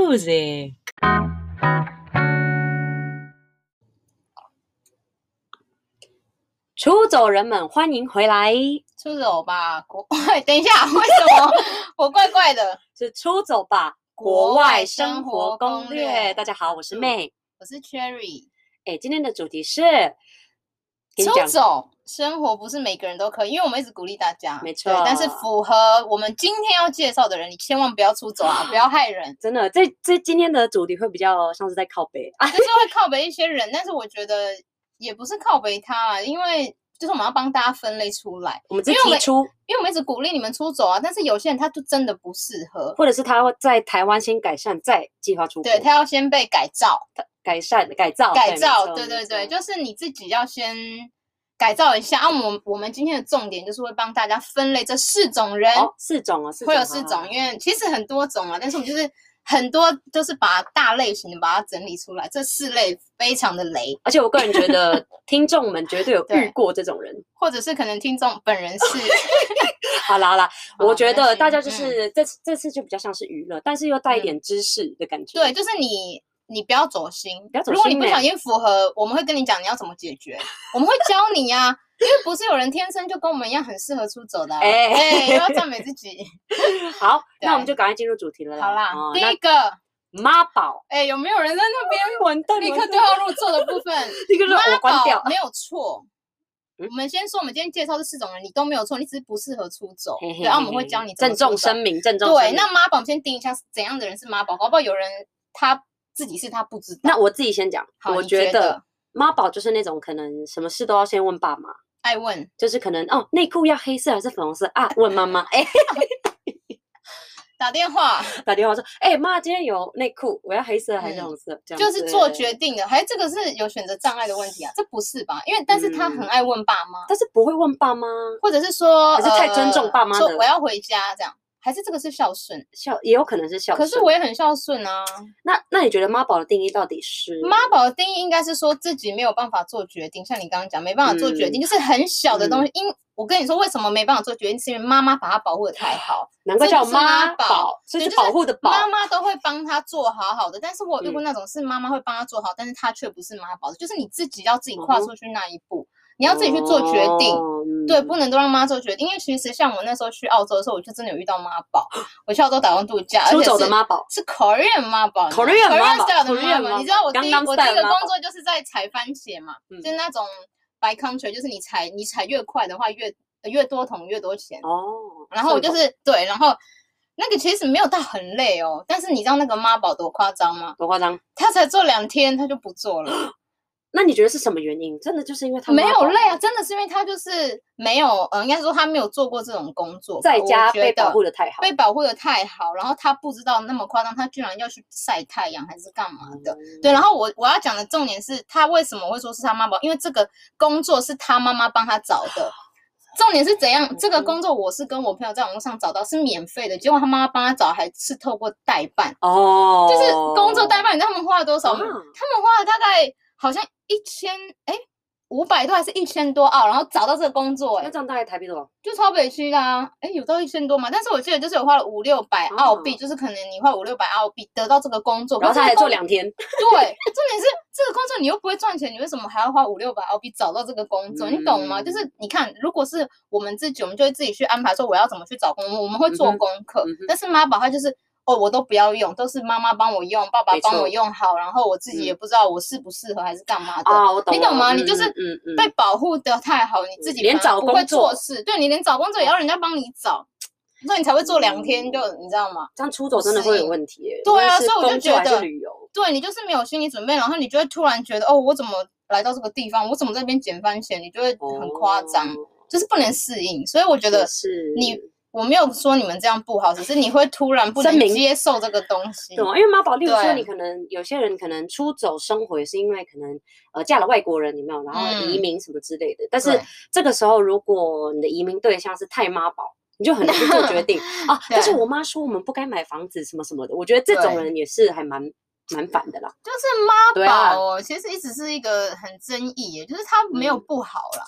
music.《出走人们，欢迎回来！出走吧，国 外。等一下，为什么我怪怪的？是出走吧，国国外外生生活活攻攻略。略大家好，我是嗯妹。我是 Cherry。哎，今天的主题是跟你嗯出讲走生活不是每个人都可以，因为我们一直鼓励大家，没对但是错，符合我们今天要介绍的人，你千万不要出走啊，不要害人真的，这这今天的主题会比较像是在靠北啊。就是会靠北一些人。但是我觉得也不是靠北他啊，因为就是我们要帮大家分类出来，我们只因为我提们出，因为我们一直鼓励你们出走啊，但是有些人他就真的不适合，或者是他在台湾先改善，再计划出国。对他要先被改造。改善、改造、改没造，错对哦没对对，错就是你自己要先改造一下。啊，我我们今天的重点就是会帮大家分类这四种人，哦，四种哦，四会有好四好好种，因为其实很多种啊，但是我们就是很多都是把大类型的把它整理出来，这四类非常的雷，而且我个人觉 得，听众们绝对有遇对过这种人。或者是可能听众本人 是好啦好啦，好我觉没得关大系家就嗯是这次这次就比较像是娱乐，但是又带一点知识的感觉。对，，就是你。你不要走心，不要走如果你心不欸小心符合，我们会跟你讲你要怎么解决，我们会教你呀、因为不是有人天生就跟我们一样很适合出走的、啊，哎哎又要赞美自 己。好，那我们对就赶快进入主题了啦。好啦，哦第那一个，妈宝，哎、有没有人在那边完蛋，立完刻蛋对号入座的部分？立 刻就妈我关宝掉。没有错。嗯我们先说，我们今天介绍这四种人，你都没有错，你只是不适合出走。嘿嘿对，然后嘿啊我们会嘿教你怎么郑重出走声。明，郑重声对，明那妈宝，我们先定一下是怎样的人是妈宝，搞不好有人他自己是他不知道。那我自己先讲，好我你觉得得妈宝就是那种可能什么事都要先问爸妈，爱问，就是可能哦内裤要黑色还是粉红色啊？问妈妈，哎，打 电话打电话说，哎、妈，今天有内裤，我要黑色还是嗯红色？这样就是子做决，定的，哎还这个是有选择障碍的问题啊？这不是吧？因为但是他很嗯爱问爸妈，但是不会问爸妈，或者是说，可是太尊重呃爸妈说的我要回家这样，还是这个是孝顺？孝也有可能是孝可顺。是我也很孝顺啊。那那你觉得妈宝的定义到底是妈宝的定义应该是说自己没有办法做决定，像你刚刚讲，没办法做决嗯定，就是很小的东西。因我跟你说，为什么没办法做决定，是因为妈妈把他保护的太好，难怪这叫不是妈妈宝宝，所以对是就是保护嗯的宝。妈妈都会帮他做好好的。但是我有遇过那种是妈妈会帮他做好，但是他却不是妈宝的，就是你自己要自己跨嗯哼出去那一步，你要自己去做决定。哦对，嗯不能都让妈做决定，因为其实像我那时候去澳洲的时候，我就真的有遇到妈宝。我去澳洲打工度假，而出且走的是妈宝，是 Korean 妈宝 Korean 妈宝 style 的 Korean 妈妈宝宝。你知道我第一，Gangnam 我第 Style 一个妈宝工作就是在踩番茄嘛，嗯就是那种 by country，就是你踩你踩越快的话越呃越多桶越多钱。哦，然后我就送是对，然后那个其实没有到很累哦，但是你知道那个妈宝多夸张吗？多夸张。他才做两天他就不做了，那你觉得是什么原因？真的就是因为 他没有累累，啊，真的是因为他就是没有，呃，应该说他没有做过这种工作吧，在我家觉被保得护的太好被保护的太好，然后他不知道那么夸张，他居然要去晒太阳还是干嘛的。嗯对，然后我我要讲的重点是他为什么会说是他妈宝，因为这个工作是他妈妈帮他找的。重点是怎样？这个工作我是跟我朋友在网络上找到是免费的，结果他妈妈帮他找还是透过代办，哦，就是工作代办，你知道他们花了多少吗？哇他们花了大概好像一千哎五百多还是一千多澳，然后找到这个工作、哎那这样大概台币多少？就超北区的啊，哎，有到一千多嘛？但是我记得就是有花了五六百澳币，哦就是可能你花五六百澳币得到这个工作，然后可是他还这个做工两天， 对，重点是这个工作你又不会赚钱，你为什么还要花五六百澳币找到这个工作？你懂吗？嗯就是你看，如果是我们自己，我们就会自己去安排说我要怎么去找工作，我们会做嗯哼功课。嗯哼但是妈宝他就是。哦，我都不要用，都是妈妈帮我用，爸爸没帮错我用好，然后我自嗯己也不知道我适不适合还是干嘛的。啊，我懂了，你懂吗你嗯就是嗯嗯嗯被保护的太好，你自己嗯连反而找不会工作做事，对你连找工作也要人家帮你找，所以你才会做两天嗯就你知道吗？这样出走真的适会有应问题耶。对无论啊是所以我就工觉作还是得旅游，对你就是没有心理准备，然后你就会突然觉得哦，我怎么来到这个地方，我怎么在这边捡番茄，你就会很夸张，哦就是不能适应。所以我觉也得是你我没有说你们这样不好，只是你会突然不声能明接受这个东西。懂啊，因为妈宝，例如说嗯对你可能有些人可能出走生活，也是因为可能呃嫁了外国人，有没有？然后移嗯民什么之类的。但是对这个时候，如果你的移民对象是太妈宝，你就很难去做决 定啊。但是对我妈说我们不该买房子什么什么的，我觉得这种对人也是还蛮蛮烦的啦。就是妈对啊宝哦，其实一直是一个很争议耶，就是它没有嗯不好啦。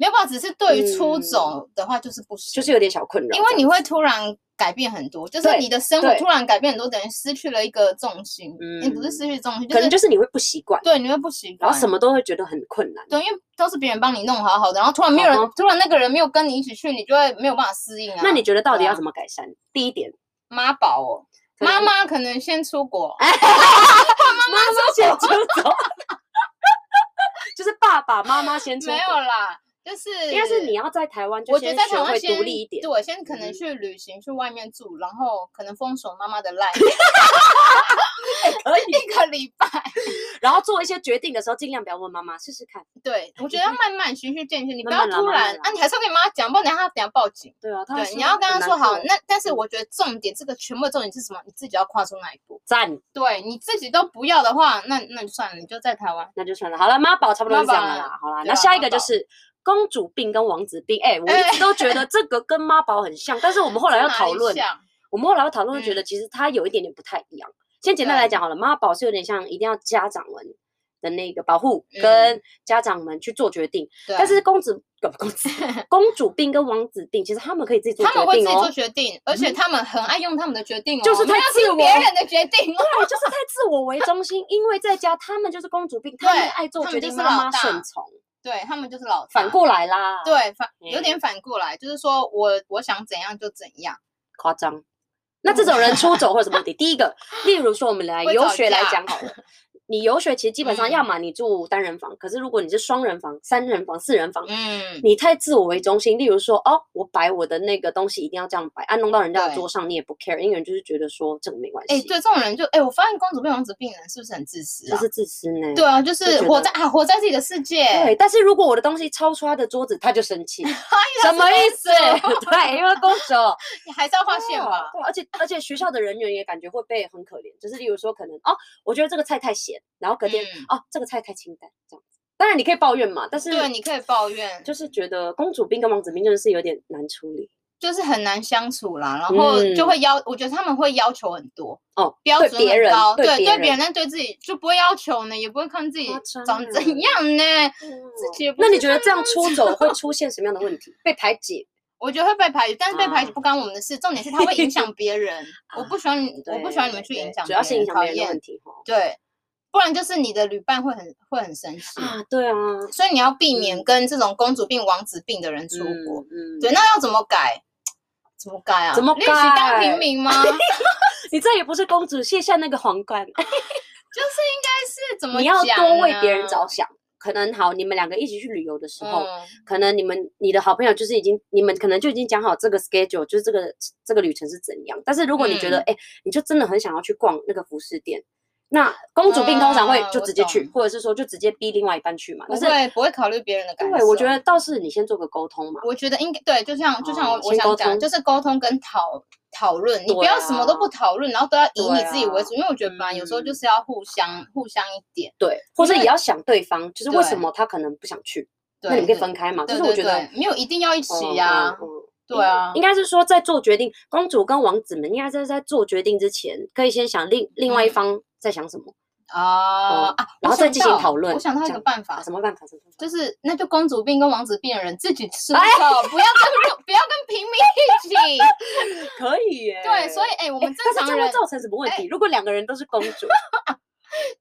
没有办法，只是对于出嗯走的话就是不行，就是有点小困扰这因样子。为你会突然改变很多，就是对你的生活对突然改变很多，等于失去了一个重心，也不是嗯失去重心，可能是就是你会不习惯，对你会不习然惯后，什么都会觉得很困难。对，因为都是别人帮你弄好好的，然后突然没有人嗯哼，突然那个人没有跟你一起去，你就会没有办法适应啊。那你觉得到底对啊要怎么改善？第一点，妈宝哦，可能哎妈妈可能先出国，妈妈先出走， 就是爸爸妈妈先出走没有，啦，就是应该是你要在台湾就我觉得先在学台湾会先独立一点。对，先可能嗯去旅行，去外面住，然后可能封锁妈妈的 赖哎可以，一个礼拜。然后做一些决定的时候，尽量不要问妈妈，试试看。对，我觉得要慢慢循序渐进，你不慢要慢来突慢慢然来啊，你还是要跟你妈讲，不然等一下她等一下报警。对啊，他会对，你要跟她很说难好。过嗯那但是我觉得重点，这个全部的重点是什么？你自己要跨出那一步。赞，对，你自己都不要的话，那那就算了，你就在台湾。那就算了。好了，妈宝差不多是这样了妈啦。好啦，对那啊下一个妈宝就是。公主病跟王子病，哎、我哎一直都觉得这个跟妈宝很像，但是我们后来这 要哪讨里论，像我们后来会讨论，觉得嗯其实它有一点点不太一样。先简单对来讲好了，妈宝是有点像一定要家长们的那个保护，嗯跟家长们去做决定。对，但是公子呃不公 子公主病跟王子病，其实他们可以自己做他们决会自定己做哦。决定，而且他们很爱用他们的决定哦，就是我们太要自听别我人的决定哦。对，就是太自我为中心，因为在家他们就是公主病，他们对爱做他们决就定，是妈老妈大嗯顺从。对他们就是老反大过来啦，，对反有嗯点反过来，就是说我我想怎样就怎样。夸张。那这种人出走会有什么问题？第一 个，例如说我们来哦会游吵学来架讲 好了。你游学其实基本上，嗯要么你住单人房，可是如果你是双人房、三人房、四人房，嗯，你太自我为中心。例如说，哦，我摆我的那个东西一定要这样摆，啊，弄到人家的对桌上你也不 care，因为你就是觉得说这个没关哎、系，对这种人就哎、我发现公主病、王子病人是不是很自私这啊？是自私呢。对啊，就觉是活得在啊，活在自己的世界。对，但是如果我的东西超出他的桌子，他就生 哎气，什么意思？ 对，因为公主你还是要发现对吧。对，而且而且学校的人员也感觉会被很可怜，就是例如说可能哦，我觉得这个菜太咸，然后隔天、嗯哦这个菜太清淡这样子。当然你可以抱怨嘛，但是对，你可以抱怨，就是觉得公主病跟王子病真的是有点难处理就是很难相处啦，然后嗯就会要，我觉得他们会要求很多，哦。标对准别很人高，对对别别人人，但对自己就不会要求呢，也不会看自己夸张长了怎样呢。自己也不嗯那是你觉得这这样样出走会出现什么样的问题？被排挤？我觉得会被排挤，但是被排挤啊不干我们的事，重点是他会影响 别人。我不喜欢你，我不喜欢你们啊去对影响，主要是影响讨别人的问厌，题哈。对，不然就是你的旅伴会很会很生气。啊，对啊，所以你要避免嗯跟这种公主病、王子病的人出国。嗯，嗯对，那要怎么改？怎么改啊？怎么练习当改平 民吗？但你这也不是公主，卸下那个皇冠，是怎么你要讲多为别人呢着想。可能好，你们两个一起去旅游的时候，嗯可能你们你的好朋友就是已经你们可能就已经讲好这个 schedule，就是这个这个旅程是怎样。但是如果你觉得嗯哎、诶你就真的很想要去逛那个服饰店，那公主病通常会啊就我直接去，懂或者是说就直接逼另外一半去嘛。不但是会不会考虑别人的感受。对，我觉得倒是你先做个沟通嘛。我觉得应该对，就像就像我、哦我先想沟讲的，通就是沟通跟讨讨论，你不对要什么都不啊讨论，然后都要以你对自己为啊主，因为我觉得本来有时候就嗯是要互相互相一点。对，或者因为也要想对方，就是为什对么他可能不想去，对，那你们可以对分开嘛。就对是我对觉得对没有一定要一起嗯呀、嗯嗯对啊应，该是说在做决定，公主跟王子们应该是在做决定之前，可以先想另另外一嗯方在想什么，啊、嗯啊，然我后再想进行到讨论我想到一这个样办啊法，什么办法？什么办法就是那就公主病跟王子病的人自己出哎走，不要跟不要跟平 民一起。可以耶对，所以哎、我我们正常人哎造成什么问题？如果两个人都是公 主，为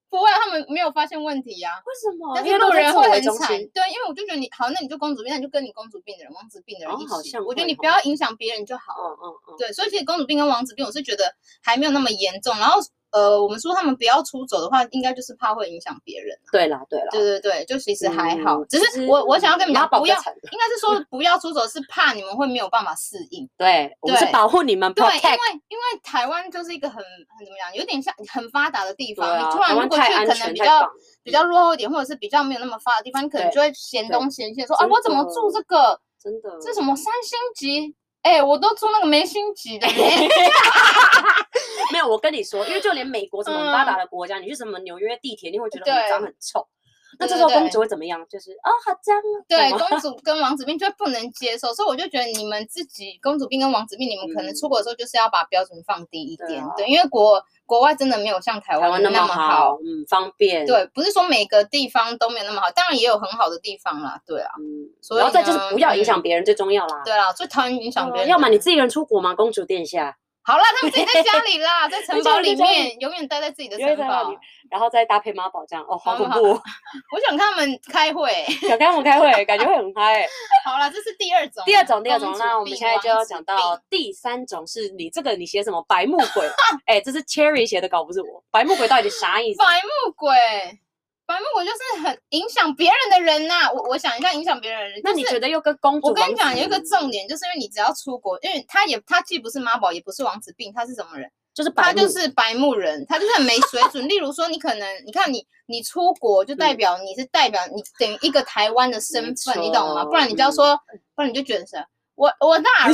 不会，他们没有发现问题呀、什么？但因是为哦路都在人自会我为很中惨，心。对，因为我就觉得你好，那你就公主病，那你就跟你公主病的人、王子病的人哦一起。好像我觉得会你不哦要影响别人就好嗯了。嗯嗯，对，所以其实公主病跟王子病，我是觉得还没有那么严重。然后呃，我们说他们不要出走的话，应该就是怕会影响别人。对啦对啦，对对对，就其实还好，哦嗯只其是实我我想要跟你们妈讲，宝不比较要，惨应该是嗯说不要出走，是怕你们会没有办法适应。对，我们是对保护你们对，因，protect。为因为台湾就是一个很很怎么讲，有点像很发达的地对方，啊你突台然如湾果太去安可能全，比太较棒。比较落后一点，或者是比较没有那么发达的地方，你可能对就会嫌对东嫌西，说啊真我怎么的住这个？真的，这什么三星级？哎，我都住那个没星级的 嘞。没有，我跟你说，因为就连美国什么很发嗯达的国家，你去什么纽约地铁，你会觉得对很脏很臭。那对这对时候公对主会怎么样？就是哦，好脏啊，对，懂吗公主跟王子病就不能接受，所以我就觉得你们自己公主病跟王子病，你们可能出国的时候就是要把标准放低一嗯对点，啊对，因为国国外真的没有像台台湾湾那么么好，嗯，方便，对，不是说每个地方都没有那么好，当然也有很好的地方啦，对啊，嗯，所以然后再就是呢不要影响嗯别人最重要啦。对啊，最讨厌影响对啊别人的人，要么你自己一个人出国嘛，公主殿下，好啦，他们自己在家 里啦，在城堡里在家里面，永远待在自己的永远城待在堡里。然后再搭配妈宝这样，哦，好妈恐宝怖哦！我想看他们开会。想跟他们开会，感觉会很嗨欸。好啦，这是第二种，第二种，第二种，哦公主那我们病现在就要王子讲到第三种，是你这个你写什么白目鬼？哎、这是 Cherry 写的稿，不是我。白目鬼到底啥意病思？白目鬼。白目鬼就是很影响别人的人呐、我我想一下，影响别人的人。那就你是觉得又跟公主？我跟你王讲，子有一个重点，就是因为你只要出国，因为他也他既不是妈宝，也不是王子病，他是什么人？就是白他目，就是白目人，他就是很没水准。 例如说，你可能你看你你出国，就代表你是代表你等于一个台湾的身份，你懂吗？不然你就要嗯错嗯说，不然你就卷舌。我我哎纳入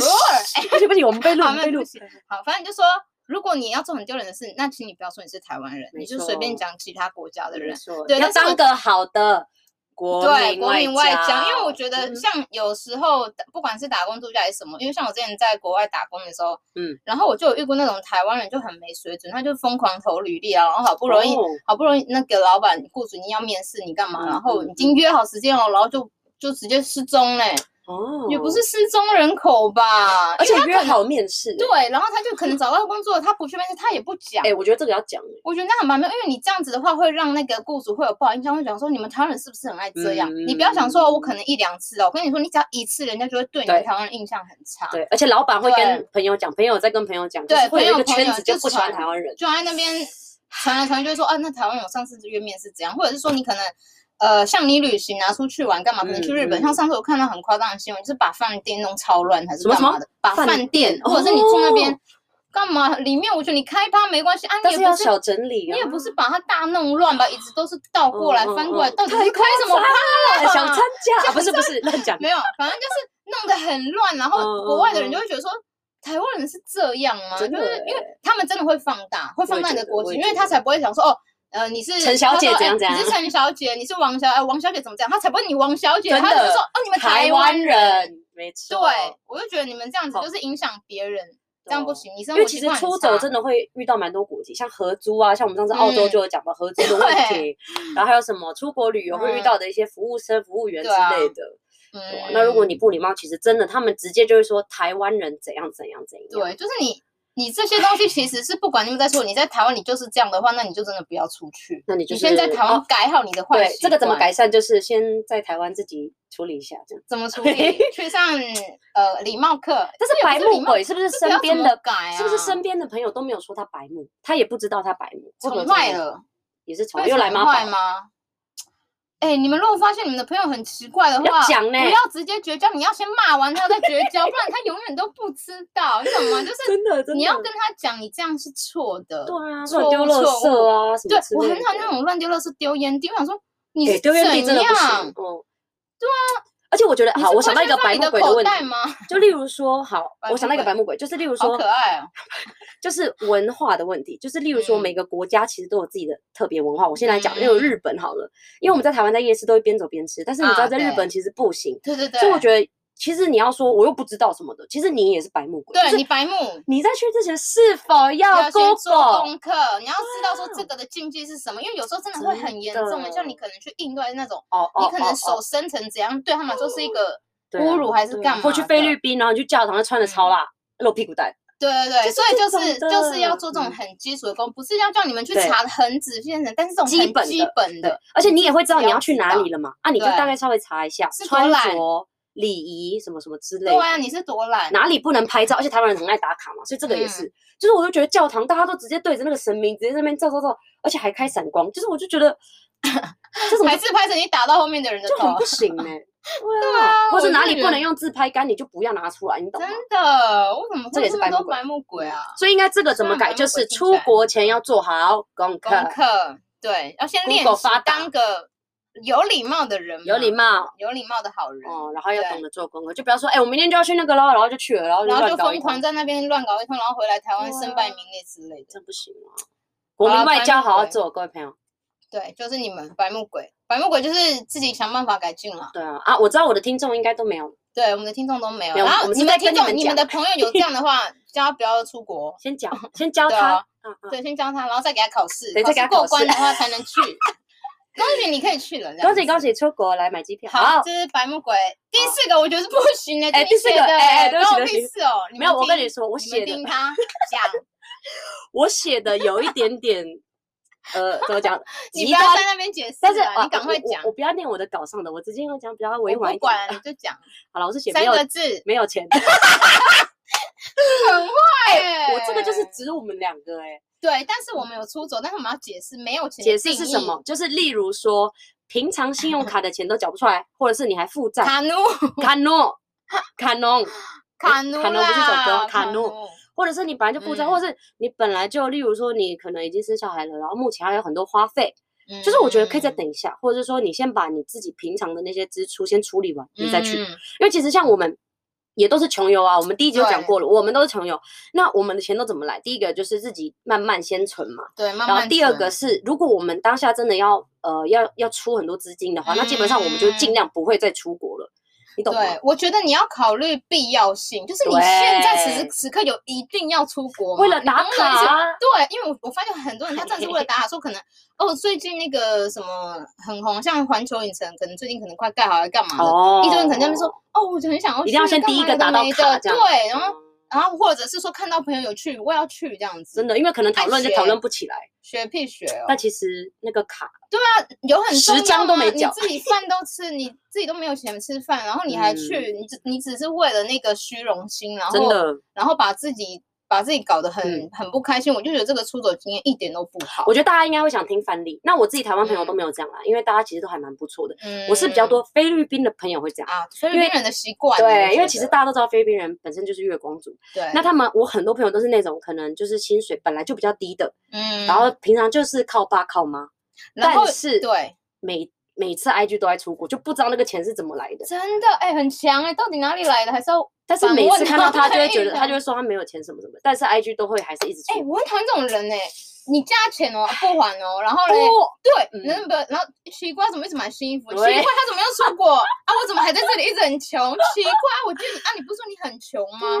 了，不行不行，我们被录，我好们那被录不。行好，反正就说，如果你要做很丢人的事，那请你不要说你是台湾人，没你就随便错讲其他国家的没人。错，对要但是当我个好的国对，国民外交，交，因为我觉得嗯像有时候打不管是打工度假还是什么，因为像我之前在国外打工的时候，嗯，然后我就有遇过那种台湾人就很没水准，他就疯狂投履历啊，然后好不容易哦好不容易那个老板雇主你要面试你干嘛，嗯然后嗯已经约好时间了，然后就就直接失踪嘞、哦，也不，是失踪人口吧，而且因为约好面试。他对，然后他就可能找到工作，他不去面试，他也不讲。哎、我觉得这个要讲欸，我觉得那很蛮妙，因为你这样子的话，会让那个雇主会有不好印象，会讲说你们台湾人是不是很爱这样？你不要想说我可能一两次哦，我跟你说，你只要一次，人家就会对你嗯对们台湾人印象很差。对，而且老板会对跟朋友讲，朋友再跟朋友讲，就是对会有一朋个友朋圈友子就就不喜欢传台湾人。就在那边传来传去，就会说啊，那台湾人我上次约面是怎样，或者是说你可能。呃，像你旅行啊，出去玩干嘛？可能去日嗯本，嗯像上次我看到很夸张的新闻，就是把饭店弄超乱还是什么干嘛的，把饭饭店店或者是你住那边哦干嘛？里面我觉得你开趴没关系啊，你但也是不要是小整理啊，你也不是把它大弄乱吧？椅子都是倒过来、嗯嗯翻过来，嗯到底太是开什么夸趴想参加，想啊不是不是乱讲，没有，反正就是弄得很乱。然后嗯嗯国外的人嗯就会觉得说，台湾人是这样吗？就真的是因为欸他们真的会放大，会放大你的觉得国我籍，也因为觉他得才不会想说哦。呃，你是陈小他姐说怎样哎怎你是样陈小姐，你是王小，哎，王小姐怎么这样？他才不会你王小姐，真他就的说哦，你们台湾湾。人没对错，，我就觉得你们这样子好就是影响别人，这样不行。你生因活为其习实惯很出走差真的会遇到蛮多国籍，像合租啊，像我们上次澳洲嗯就有讲到合租的问题，然后还有什么出国旅游会遇嗯到的一些服务生、服务员之对啊类的。对啊嗯，那如果你不礼貌，其实真的他们直接就会说台湾人怎样怎样怎样。对，就是你你这些东西其实是不管你们在说，你 在台湾你就是这样的话，那你就真的不要出去。那你就你是先在台湾哦改好你的坏对习这个怎么惯？改善，就是先在台湾自己处理一下这样。怎么处 理？去上呃礼貌课，但是这白也不目礼貌鬼是不是这不要身边怎么的改啊？是不是身边的朋友都没有说他白目，他也不知道他白目，会不会有宠这种坏问题，了？也是会宠哦又来宠妈坏宝，吗？哎、你们如果发现你们的朋友很奇怪的要话，讲呢不，要直接绝交，你要先骂完他再绝交，不然他永远都不知道，你懂吗？就是真的真的，你要跟他讲，你这样是错的。对啊，错乱丢误垃错圾啊什对么之我类的，很讨厌那种乱丢垃圾、丢烟蒂。我想说，你哎是丢怎烟蒂真的不行样？啊哦。而且我觉得你好，是我想不到会一个先放白你目的鬼的口问题袋，吗？就例如说，好，白我目想到一个鬼白目鬼，就是例如好说可，爱哦。就是文化的问题，就是例如说嗯每个国家其实都有自己的特别文化。我先来讲，例如日本好了，因为我们在台湾在夜市都会边走边吃，但是你知道啊在日对本其实不行，对对对，所以我觉得其实你要说我又不知道什么的，其实你也是白目鬼。就对是你白目。你在去之前是否要要先做 Google？功课，你要知道说这个的禁忌是什么，因为有时候真的会真很严的重的，欸像你可能去印度还是那种，哦你哦可哦能哦手伸成怎样，对他们来说是一个对啊侮辱还是对啊干嘛的？嗯或去菲律宾，然后你去教堂，就穿的超辣，露屁股蛋。对对对，就是所以这就是种就是的要做这种嗯很基础的功，不是要叫你们去对查得很仔细的，但是这种基很本基的本对的，，而且你也会知道你要要去知哪道里了嘛，啊，你就大对概稍微查一下是多穿懒着、礼仪什么什么之类对的。啊，你是多懒，哪里不能拍照，而且台湾人很爱打卡嘛，所以这嗯个也是，就是我就觉得教堂大家都直接对着那个神明直接在那边照照照，而且还开闪光，就是我就觉 得这种还是拍成你打到后面的人的就很头不，行呢、对 对啊或我者哪就里觉不得能用自拍杆，你就不要拿出来，你懂吗？真的，为什么这个会也这是么白多目鬼白目鬼啊？ 所以应该这个怎么虽然改，白目就鬼是听起出来国前要做好功课，功课，对，要先练 Google 习发达当个有礼貌的人嘛，有礼貌。有礼貌的好人，哦，然后要嗯对懂得做功课，就不要说，哎、我明天就要去那个咯，然后就去了，然后就然后就乱搞一疯通狂，在那边乱搞一通，然后回来台湾对身啊败名裂之类的。这不行啊！国民好啊外反交正好好对做，各位朋友，对，就是你们白目鬼，白目鬼就是自己想办法改进了。对啊，啊，我知道我的听众应该都没有，对，我们的听众都没有。没有然我后们是你在的听跟你众、们你讲们的朋友有这样的话，叫他不要出国，先 讲，先 教对他啊，啊啊，对，先教他，然后再给他考试，对再给他试考过试关的话才能去。恭喜你可以去了，这样恭喜子恭！喜出国来买机票，好，这是白目鬼。第好四个我觉得是不行的，哎这你第四写个的哎哎对不关起我对不屁起事哦。你没有，们我跟听你说，我你写们的听他 讲，我写的有一点点，呃，怎么讲？ 你极不要端在那边解释但是了，啊你赶快我我讲我。不要念我的稿上的，我直接用讲比较委我婉不一点。管，你就讲好了，我是啊写没三有个字，没有钱，很坏。哎我这个就是指我们两个哎、对，但是我们有出走，但是我们要解释没有钱的解释是定什义？么？就是例如说，平常信用卡的钱都缴不出来，或者是你还负债，卡努 卡诺，卡农，卡努卡农不是一首歌啦，卡努或者是你本来就负债，嗯或者是你本来就，例如说你可能已经生小孩了，然后目前还有很多花费，就是我觉得可以再嗯，等一下，或者是说你先把你自己平常的那些支出先处理完，你再去。嗯。因为其实像我们也都是穷游啊，我们第一集就讲对过了，我们都是穷游。那我们的钱都怎么来？第一个就是自己慢慢先存嘛，对，慢然后慢。第二个，是，如果我们当下真的要呃要要出很多资金的话，那基本上我们就尽嗯量不会再出国了，你懂吗？对，我觉得你要考虑必要性，就是你现在此时此刻有一定要出国吗，为了你打懂我意思卡啊，对，因为我我发现很多人他真的是为了打卡，说可能哦，最近那个什么很红，像环球影城，可能最近可能快盖好了，干嘛的？哦，一堆人可能在那边说，哦，我就很想要去，一定要先干第一嘛个有达的到没卡的这样对，然后嗯然后或者是说看到朋友有去，我也要去这样子，真的，因为可能讨太论就学讨论不起来，学屁学哦。但其实那个卡有很十重要张都没吗缴你自己饭都吃，你自己都没有钱吃饭，然后你还去，你只你只是为了那个虚荣心，然嗯真后的，然后把自己把自己搞得很、嗯很不开心，我就觉得这个出走经验一点都不好我。觉得大家应该会想听范例。那我自己台湾朋友都嗯没有这样啦，因为大家其实都还蛮不错的。嗯我是比较多菲律宾的朋友会这样。啊，菲因律为宾人的习惯，我对，因为觉其实得大家都知道菲律宾人本身就是月光族，对，那他们我很多朋友都是那种可能就是薪水本来就比较低的，嗯，然后平常就是靠爸靠妈，然后但是对，每每次 IG 都在出国，就不知道那个钱是怎么来的。真的哎、很强哎、到底哪里来的？还是要但是反每问次看到到他，就会对觉得他的就会说他没有钱什么什么，但是 IG 都会还是一直哎、出。我很讨厌这种人哎、你加钱哦不还哦，然后嘞。哦，对，嗯那不，然后奇怪，怎么一直买新衣服？奇对怪，他怎么又出国啊？我怎么还在这里一直很穷？奇怪，我觉得你啊，你不是说你很穷对吗？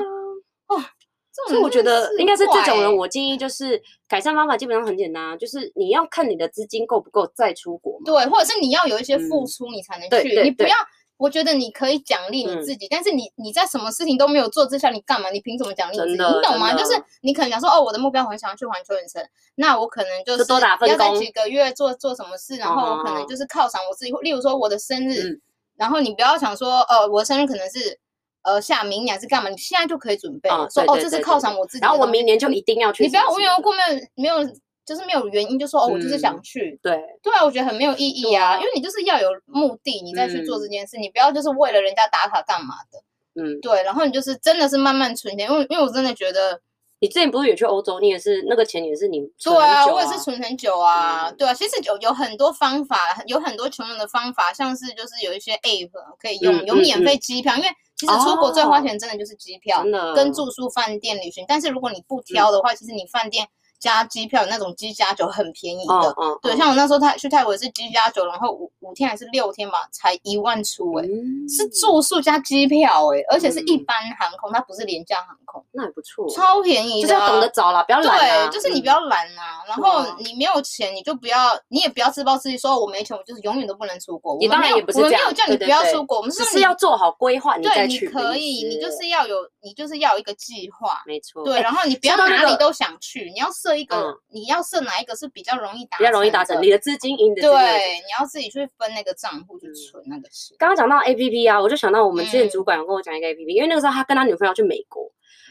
啊这所以种人我觉哦真的得应该是这种怪人，我建议就是改善方法基本上很简单啊，就是你要看你的资金够不够再出国嘛。对，或者是你要有一些付嗯出，你才能对去，对你不对嗯要。我觉得你可以奖励你自己，但是你你在什么事情都没有做之下，你干嘛？你凭什么奖励你自己？真的你懂吗？真的就是你可能想说，哦，我的目标我很想要去环球影城，那我可能就就是多打份要在工几个月做做什么事，然后我可哦能就是犒赏我自己，或例如说我的生日，嗯然后你不要想说，呃，我的生日可能是呃下明年还是干嘛，你现在就可以准备了，哦说对哦对这对对是犒对赏我自己的然东西，后我明年就一定要去啊你什不么什么的。要无缘无故没有没有就是没有原因就说哦我就是想嗯去，对，对啊，我觉得很没有意义对啊，啊因为你就是要有目的，你再去做嗯这件事，你不要就是为了人家打卡干嘛的。嗯，对，然后你就是真的是慢慢存钱，因为因为我真的觉得，你之前不是也去欧洲，你也是那个钱也是你存对很啊，久我也是存很久啊，嗯对啊，其实有有很多方法，有很多穷人的方法，像是就是有一些 app 可以用，嗯有嗯免嗯费机票，因为其实出国最花哦钱真的就是机票真的嗯跟住宿、饭店、旅行，但是如果你不挑的话，其实你饭店加机票有那种机加酒很便宜的，哦哦，对，哦像我那时候泰去泰国也是居家酒，然后五五天还是六天吧，才一万出哎、嗯是住宿加机票哎、而且是一嗯般航空，它不是廉价航空，那也不错，超便宜就的、啊。是要懂得找啦，不要懒啊对，就是嗯你不要懒啊，然对啊后你没有钱，你就不要，你也不要自暴自弃，说我没钱，我就是永远都不能出国。我你们当然没有也不是我们这没有样叫你对不对要对出国，我们只是是你要做好规划，你再对，你去的意思。可以，你就是要有，你就是要有一个计划。没错，对，哎然后你不要说到那哪里个都想去，你要设一嗯个，你要设哪一个是比较容易达比较容易达的成你的资金，赢的资金。对，你要自己去分那个账户去嗯存那个钱。刚刚讲到 A P P 啊，我就想到我们之前嗯主管有跟我讲一个 A P P，、因为那个时候他跟他女朋友去美国，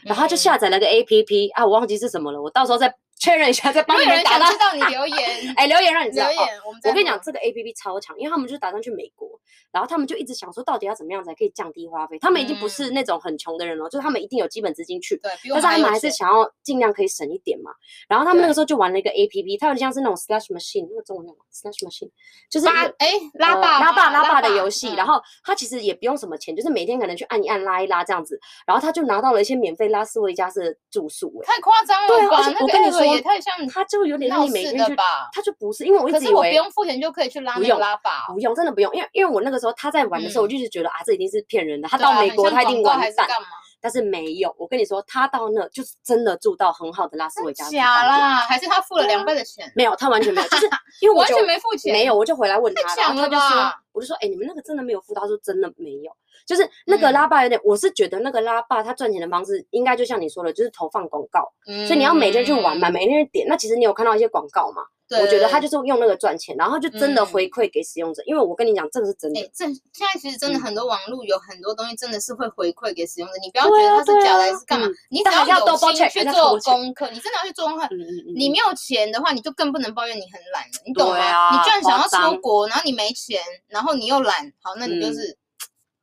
然后他就嗯，下载了个 A P P 啊，我忘记是什么了，我到时候再确认一下，再如帮果你们有人打想到知。道你留 ，言哎，留言让你知道。留哦、言，我们我再跟你录讲，，这个 A P P 超强，因为他们就打算去美国，然后他们就一直想说，到底要怎么样才可以降低花费？他们已经嗯不是那种很穷的人了，就是他们一定有基本资金去，对，比我但是他们有还是钱想要尽量可以省一点嘛。然后他们那对个时候就玩了一个 A P P，它有点像是那种 slash machine，那个中文叫什么 slash machine，就是拉有哎拉呃霸拉霸嗯霸拉霸的游戏，然后后他其实也不用什么钱，就是每天可能去按一按拉一拉这样子，然后他就拿到了一些免费拉斯维加斯的住宿、欸，太夸张对啊了吧而？且那我个跟你 app 也说太像他就有点让闹你每事天的去，吧？他就不是因为我一可直是以我不为用付钱就可以去拉不那个用拉霸哦，不用，真的不用，因为因为我那个时候他在玩的时候，我就是觉得啊，这一定是骗人的，他嗯对到啊美很国像他一广定告完还是蛋，干嘛？但是没有，我跟你说，他到那就是真的住到很好的拉斯维加斯假饭店，啦，还是他付了对啊两倍的钱？没有，他完全没有，就是因为我 完就全没付钱，没有，我就回来问太他，然强后他了就说吧，我就说，哎、你们那个真的没有付到，他说真的没有，就是那个嗯拉霸有点，我是觉得那个拉霸他赚钱的方式应该就像你说的，就是投放广告，嗯，所以你要每天去玩嘛，每天去点。那其实你有看到一些广告嘛？对，我觉得他对就是用那个赚钱，然后就真的回馈给使用者，因为我跟你讲，这个是真哎、的。这现在其实真的嗯很多网络有很多东西真的是会回馈给使用者，你不要觉对得啊它对是假的啊还是干嘛，嗯你只但还是要有 double 心 check，还是去要 double 做 check 功课，你真的要去做功课。嗯嗯嗯，你嗯没有钱的话，你就更不能抱怨你很懒了，你懂对吗？啊你居然想要夸张出国，然后你没钱，然后你又懒，好，那你就嗯是、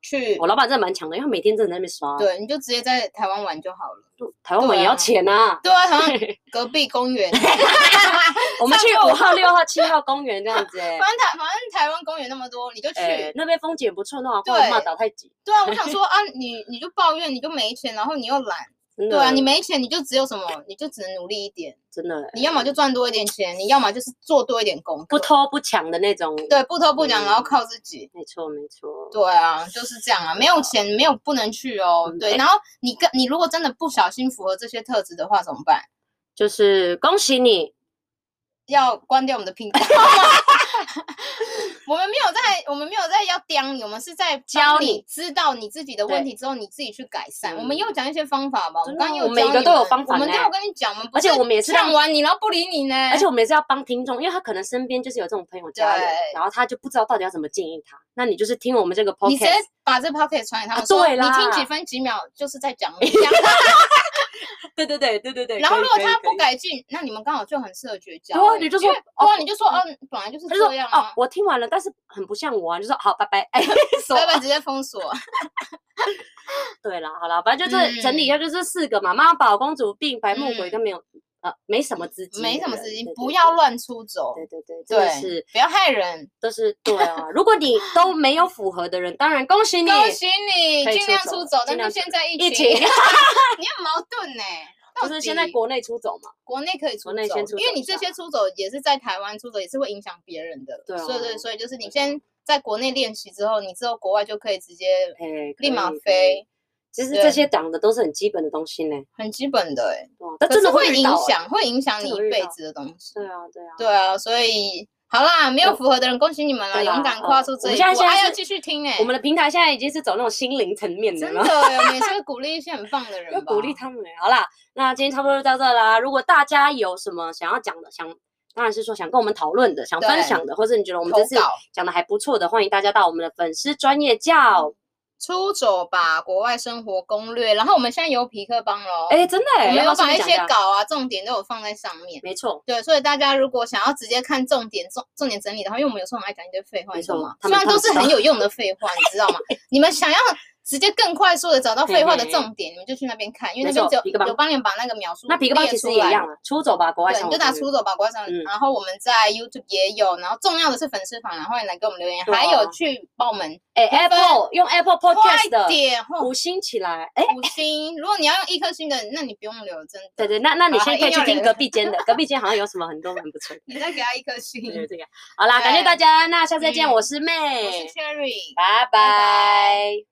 去我，老板真的蛮强的，因为他每天真的在那边刷。对，你就直接在台湾玩就好了。台湾我也对啊要钱啊！对啊，好像隔壁公园，我们去上次五我号、六号、七号公园这样子、 欸反。正台反正台湾公园那么多，你就去。哎、那边风景也不错，那我对怕骂打太极。对啊，我想说啊，你你就抱怨，你就没钱，然后你又懒，真的，对啊，你没钱，你就只有什么，你就只能努力一点。真的、欸你要么就赚多一点钱，你要么就是做多一点功课，不偷不抢的那种。，对不偷不抢，然后嗯靠自己。没错没错。对啊，就是这样啊，没有钱没有不能去哦。嗯对，哎然后你跟你如果真的不小心符合这些特质的话，怎么办？就是恭喜你，要关掉我们的频道吗？ 我们没有在，我们没有在要刁你，我们是在帮教你你知道你自己的问对题之后，你自己去改善。我嗯们也有讲一些方法吧，我真的刚刚啊也有我每教个你都有们方我法们都呢有跟你讲，我们不而且是我们也是呛让完你，然后不理你呢。而且我们也是要帮听众，因为他可能身边就是有这种朋友家人对，然后他就不知道到底要怎么建议他。那你就是听我们这个你直接 podcast，把这 p o c k e t 传给他们啊说，对你听啦几分几秒就是 在讲你讲他，对对对对对对。然后可以如果可以他可不以改进，那你们刚好就很适合绝交欸。对啊你就因为说对啊，哦你就说哦，本来就是他就这说样哦啊，，我听完了，但是很不像我啊，就说好，拜拜，哎，说拜拜，直接封 锁。对啦，好啦，反正就是整理一下，就是四个嘛，妈宝、公主病、白目鬼嗯跟没有呃没什么资金的人，没什么事情对，不要。乱出走，对对对对，真的对是，不要害人。都是对啊。如果你都没有符合的人，当然恭喜你，恭喜你，可以尽出量走出了走，但尽是量出现在疫疫 情，情 你很矛盾呢。到就是现在底国内出走嘛。国内可以出国内先出因为走你一这下些出走也是在台湾出走，也是会影响别人的。对所以对，啊所以就是你先在国内练习之后，你之后国外就可以直接哎，可立马以。可以飞，其实对这些讲的都是很基本的东西呢，很基本的哎、哇但可真是的会遇影到欸。响，会影响真你的一会遇辈到子的东西。对啊，对啊，对啊，所以好啦，没有对符合的人，恭喜你们啦，对勇啦敢呃跨出我这们一步，现在现在还要是继续听哎、我们的平台现在已经是走那种心灵层面的真了的，。我们也是会鼓励一些很棒的要人吧。鼓励他们欸。好啦，那今天差不多就到这啦。如果大家有什么想要讲的，想当然是说想跟我们讨论的，想分对享的，或者你觉得我们投这次稿讲的还不错的，欢迎大家到我们的粉丝专业嗯叫出走吧，国外生活攻略。然后我们现在有皮克邦喽，哎、真的哎、要我们不有要顺把便一讲些下？稿啊、重点都有放在上面。没错，对，所以大家如果想要直接看重点、重重点整理的话，因为我们有时候很爱讲一堆废话，没你知道错吗？他们虽然都看不是很到有用的废话，你知道吗？ 你们想要直接更快速的找到废话的嘿嘿重点，你们就去那边看，因为没那边错只皮克邦有有帮你们把那个描述那皮克邦列其实出也来一样啊，出走吧，国外对，生你活就打攻略出走吧，国外上。嗯然后我们在 YouTube 也有，然后重要的是粉丝团，然后欢迎来给我们留言，对还有啊去帮我们哎、评 a 分 p p l e 用 Apple 快 Podcast 的点哦呃五星起来，哎、五星。如果你要用一颗星的，那你不用留，真的。对对，那那你好现在可以硬要去听留隔壁间的，隔壁间好像有什么很多很不错的。你再给他一颗星。对对对，好啦，感谢大家，那下次再见，嗯我是妹，我是 Cherry，拜拜。